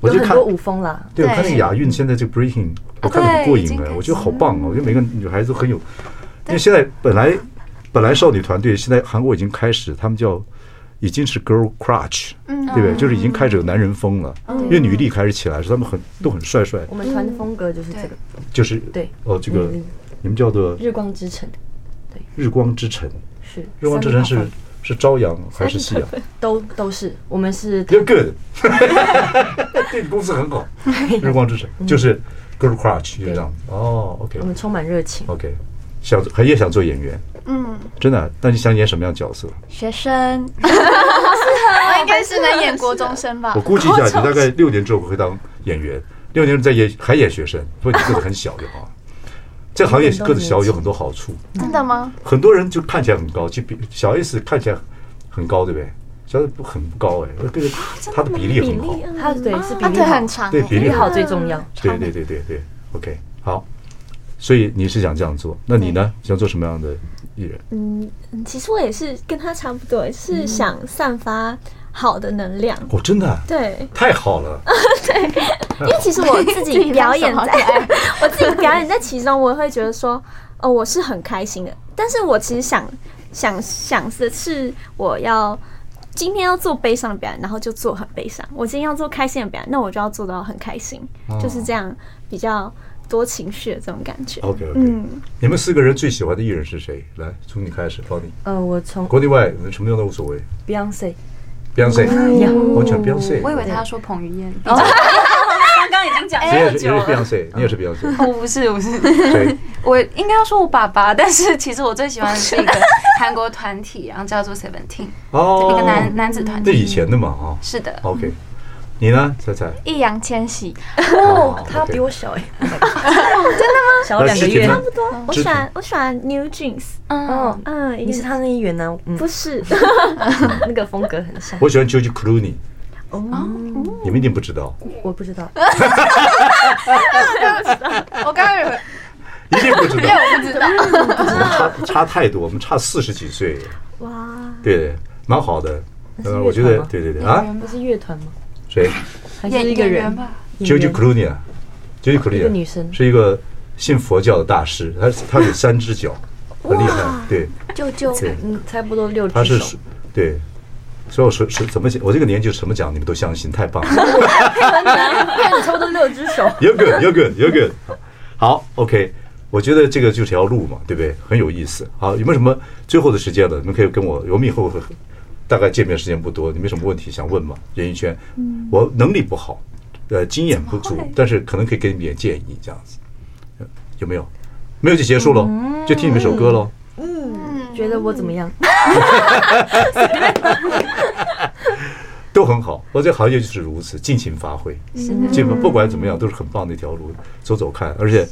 A: 我就
B: 有很
A: 看嗯
B: 多，舞风啦，
A: 对，我
E: 对
A: 看那亚运现在这个 breaking，我看得很过
D: 已
A: 瘾
D: 经
A: 哎，
D: 开
A: 我觉得好棒哦，我觉得每个女孩子都很有，因为现在本来本来少女团队现在韩国已经开始，他们叫已经是 girl crutch，对不
D: 嗯哦
A: 对？就是已经开始有男人风了，因为女力开始起来，说他们很都很帅帅，
D: 哦
B: 我们团的风格就是这个，
A: 就是
B: 对
A: 哦，这个
B: 嗯
A: 你们叫做
B: 日光之城
A: 日光之城，
B: 是
A: 日光之城是
B: 三个部分
A: 是朝阳还是夕阳
B: 都都是，我们是
A: [laughs] ？You're good，对你公司很
D: [laughs]
A: 好。日光之城
D: 嗯
A: 就是 girl crutch，就是这样子。哦，OK
B: 我们充满热情，
A: OK，想还也想做演员，
E: 嗯，
A: 真的啊？那你想演什么样的角色？
E: 学生，我应该是能演国中生吧
A: 我？估计一下，你大概六年之后会当演员，六年再演还演学生，不过你个子很小就好。这行业个子小有很多好处，
E: 真的吗？
A: 很多人就看起来很高，就比小 S 看起来很高，对不对？小 S 不很不高哎，跟 [laughs] 他的比例很
C: 啊
A: 好，
B: 它啊对是比
E: 他
B: 例
E: 腿
B: 好
E: 很，长
A: 对
E: 欸，
A: 比例
B: 比例好
A: 好，
B: 最重要。
A: 对对对对对，OK，好。所以你是想这样做，那你呢？想做什么样的艺人？
C: 嗯其实我也是跟他差不多，是想散发好的能量。
A: 哦，真的啊
C: 对，
A: 太好了，
C: 因为其实我自
E: 自己
C: 己表演
E: 拉手好可
C: 在， [laughs] 我自己表演在其中，我会觉得说，哦，我是很开心的。但是我其实想想想的是，我要今天要做悲伤的表演，然后就做很悲伤；我今天要做开心的表演，那我就要做到很开心，
A: 哦
C: 就是这样比较多情绪的这种感觉。
A: OK OK，、你们四个人最喜欢的艺人是谁？来，从你开始，帮你。
B: 呃，我从
A: 国内外你们什么样都无所谓。
B: Beyonce，
A: Beyonce，
B: 呀
A: 我选 Beyonce。
D: 我以为他要说彭于晏，
A: 哦 [laughs]
D: 刚刚已经讲
A: 你也
D: 这
A: 是，
D: 么
A: 你也是 [laughs]
D: 久了。
A: Beyonce，你也是
D: [laughs]
A: Beyonce。
D: 我不是，不是，
A: 对，
D: 我应该要说我爸爸，但是其实我最喜欢的是一个韩国团体，然后叫做 Seventeen，
A: 哦，
D: 一个男男子团
A: 这以
D: 体。
A: 前的嘛啊。
D: 是的，
A: OK，你呢，彩彩？
E: 易烊千玺，
A: 哦
B: 他比我小哎， [laughs] 真的吗？小我
A: 来
B: 两个
A: 肢体
B: 月。
A: 呢？
C: 我
A: 肢
C: 喜
A: 体
C: 欢我喜欢 New Jeans，
B: 哦，
C: 嗯，
B: 你
C: 也
B: 是他那一员呢？嗯，
C: 不是
B: 那个风格很像。
A: 我喜欢 George Clooney，
B: 哦，嗯
A: 你们一定不知道，
B: 我不知道，
E: 我
D: [laughs]
E: 刚刚以为
A: 一定不知道，
E: 我不知道，
A: 我们差差太多，我们差四十几岁，
C: 哇，
A: 对，蛮好的。
B: 是
A: 呃，
B: 乐
A: 我觉得
B: 团吗
A: 对对对啊，
B: 不是乐团吗？
A: 谁
B: 还是一个人？
D: 吧，
B: 演
A: ？George
B: 员
A: Clooney 啊，George Clooney
B: 哦一个女生
A: 是一个信佛教的大师，他他有三只脚，很厉害，对。
E: 舅舅
A: 对
B: 嗯，差不多六
A: 他
B: 只
A: 是
B: 手
A: 属。对，所以我说是怎么讲，我这个年纪什么讲你们都相信，太棒了
B: 对，哎你差不多六只手。
A: ，You're good，You're good，You're good。好，OK，我觉得这个就是条路嘛，对不对？很有意思。好，有没有什么最后的时间了？你们可以跟我，我们以后会大概见面时间不多，你们有什么问题想问吗？演艺圈，我能力不好，呃，经验不足，但是可能可以给你们点建议，这样子，呃有没有？没有就结束喽，就听你们一首歌喽。
B: 觉得我怎么样？
A: 都很好。我这行业就是如此，尽情发挥，基本不管怎么样都是很棒的一条路，走走看。而且，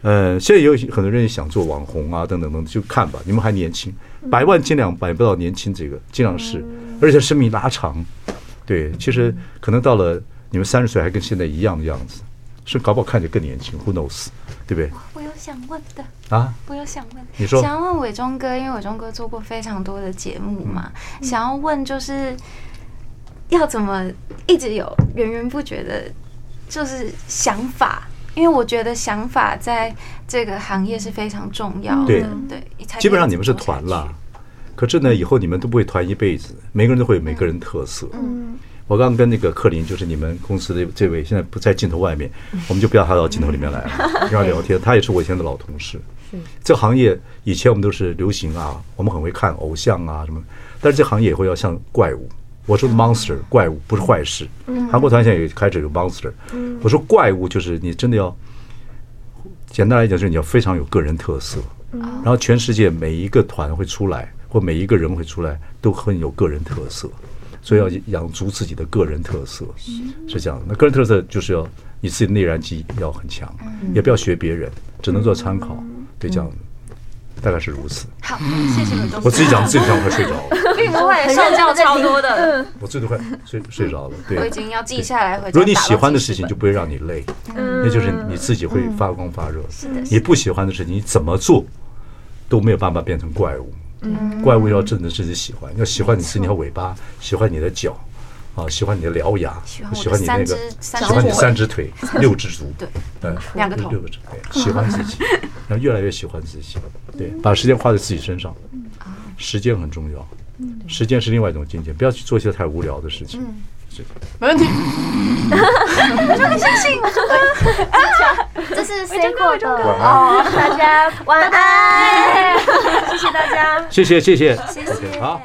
A: 呃，现在也有很多人想做网红啊，等等等等，就看吧。你们还年轻，百万尽量摆不到年轻这个，尽量是，而且生命拉长。对，其实可能到了你们三十岁还跟现在一样的样子，是搞不好看起来更年轻，Who knows，对不对？
D: 我有想问的。
A: 啊，
D: 我有想问，
A: 你说
D: 想要问伟忠哥，因为伟忠哥做过非常多的节目嘛，
A: 嗯
D: 嗯想要问就是要怎么一直有源源不绝的，就是想法，因为我觉得想法在这个行业是非常重要的，
A: 对
D: 对，才
A: 基本上
D: 可以
A: 你们是
D: 走下
A: 团
D: 去
A: 了，，可是呢，以后你们都不会团一辈子，每个人都会有每个人特色。
E: 嗯，
A: 我刚刚跟那个克林，就是你们公司的这位，现在不在镜头外面，我们就不要他到镜头里面来了，让他聊天。他也是我以前的老同事。这行业以前我们都是流行啊，我们很会看偶像啊什么，但是这行业以后要像怪物。我说的 monster 怪物不是坏事，韩国团现在也开始有 monster。我说怪物就是你真的要，简单来讲就是你要非常有个人特色，然后全世界每一个团会出来或每一个人会出来都很有个人特色。所以要养足自己的个人特色，是这样的。那个人特色就是要你自己的内燃机要很强，也不要学别人，只能做参考，对这样的，大概是如此。
D: 好，谢谢伟忠
A: 我
D: 哥，
A: 自己讲，自己讲，我快睡着
D: [laughs]
A: 了，
D: 并不会上教超多的，
A: 我自己都快睡睡着了。对，
D: 我已经要记下来回
A: 如
D: 家。
A: 果你喜欢的事情，就不会让你累，
C: 嗯
A: 那就是
D: 嗯
A: 你自己会发光发热。你不喜欢的事情，你怎么做都没有办法变成怪物。
D: 嗯
A: 怪物要真的自己喜欢，要喜欢你自己条尾巴，喜欢你的脚，啊，喜欢你的獠牙，喜
D: 喜
A: 欢
D: 欢
A: 你
D: 我的
A: 那个，
D: 三只三
A: 喜欢你
D: 只腿
A: 三只
D: [laughs]
A: 腿、六只足，
D: 对，
A: 嗯，
D: 两个头
A: 六个腿，对喜欢自
D: [laughs]
A: 己，
D: 嗯
A: 然后越来越喜欢自己，对，把时间花在自己身上，时间很重要，时间是另外一种境界，不要去做一些太无聊的事情。
D: 嗯
H: 没问题。
E: 这是 C 过的哦， [laughs] 大家晚安。 [laughs]
A: 谢谢，谢谢，OK，好。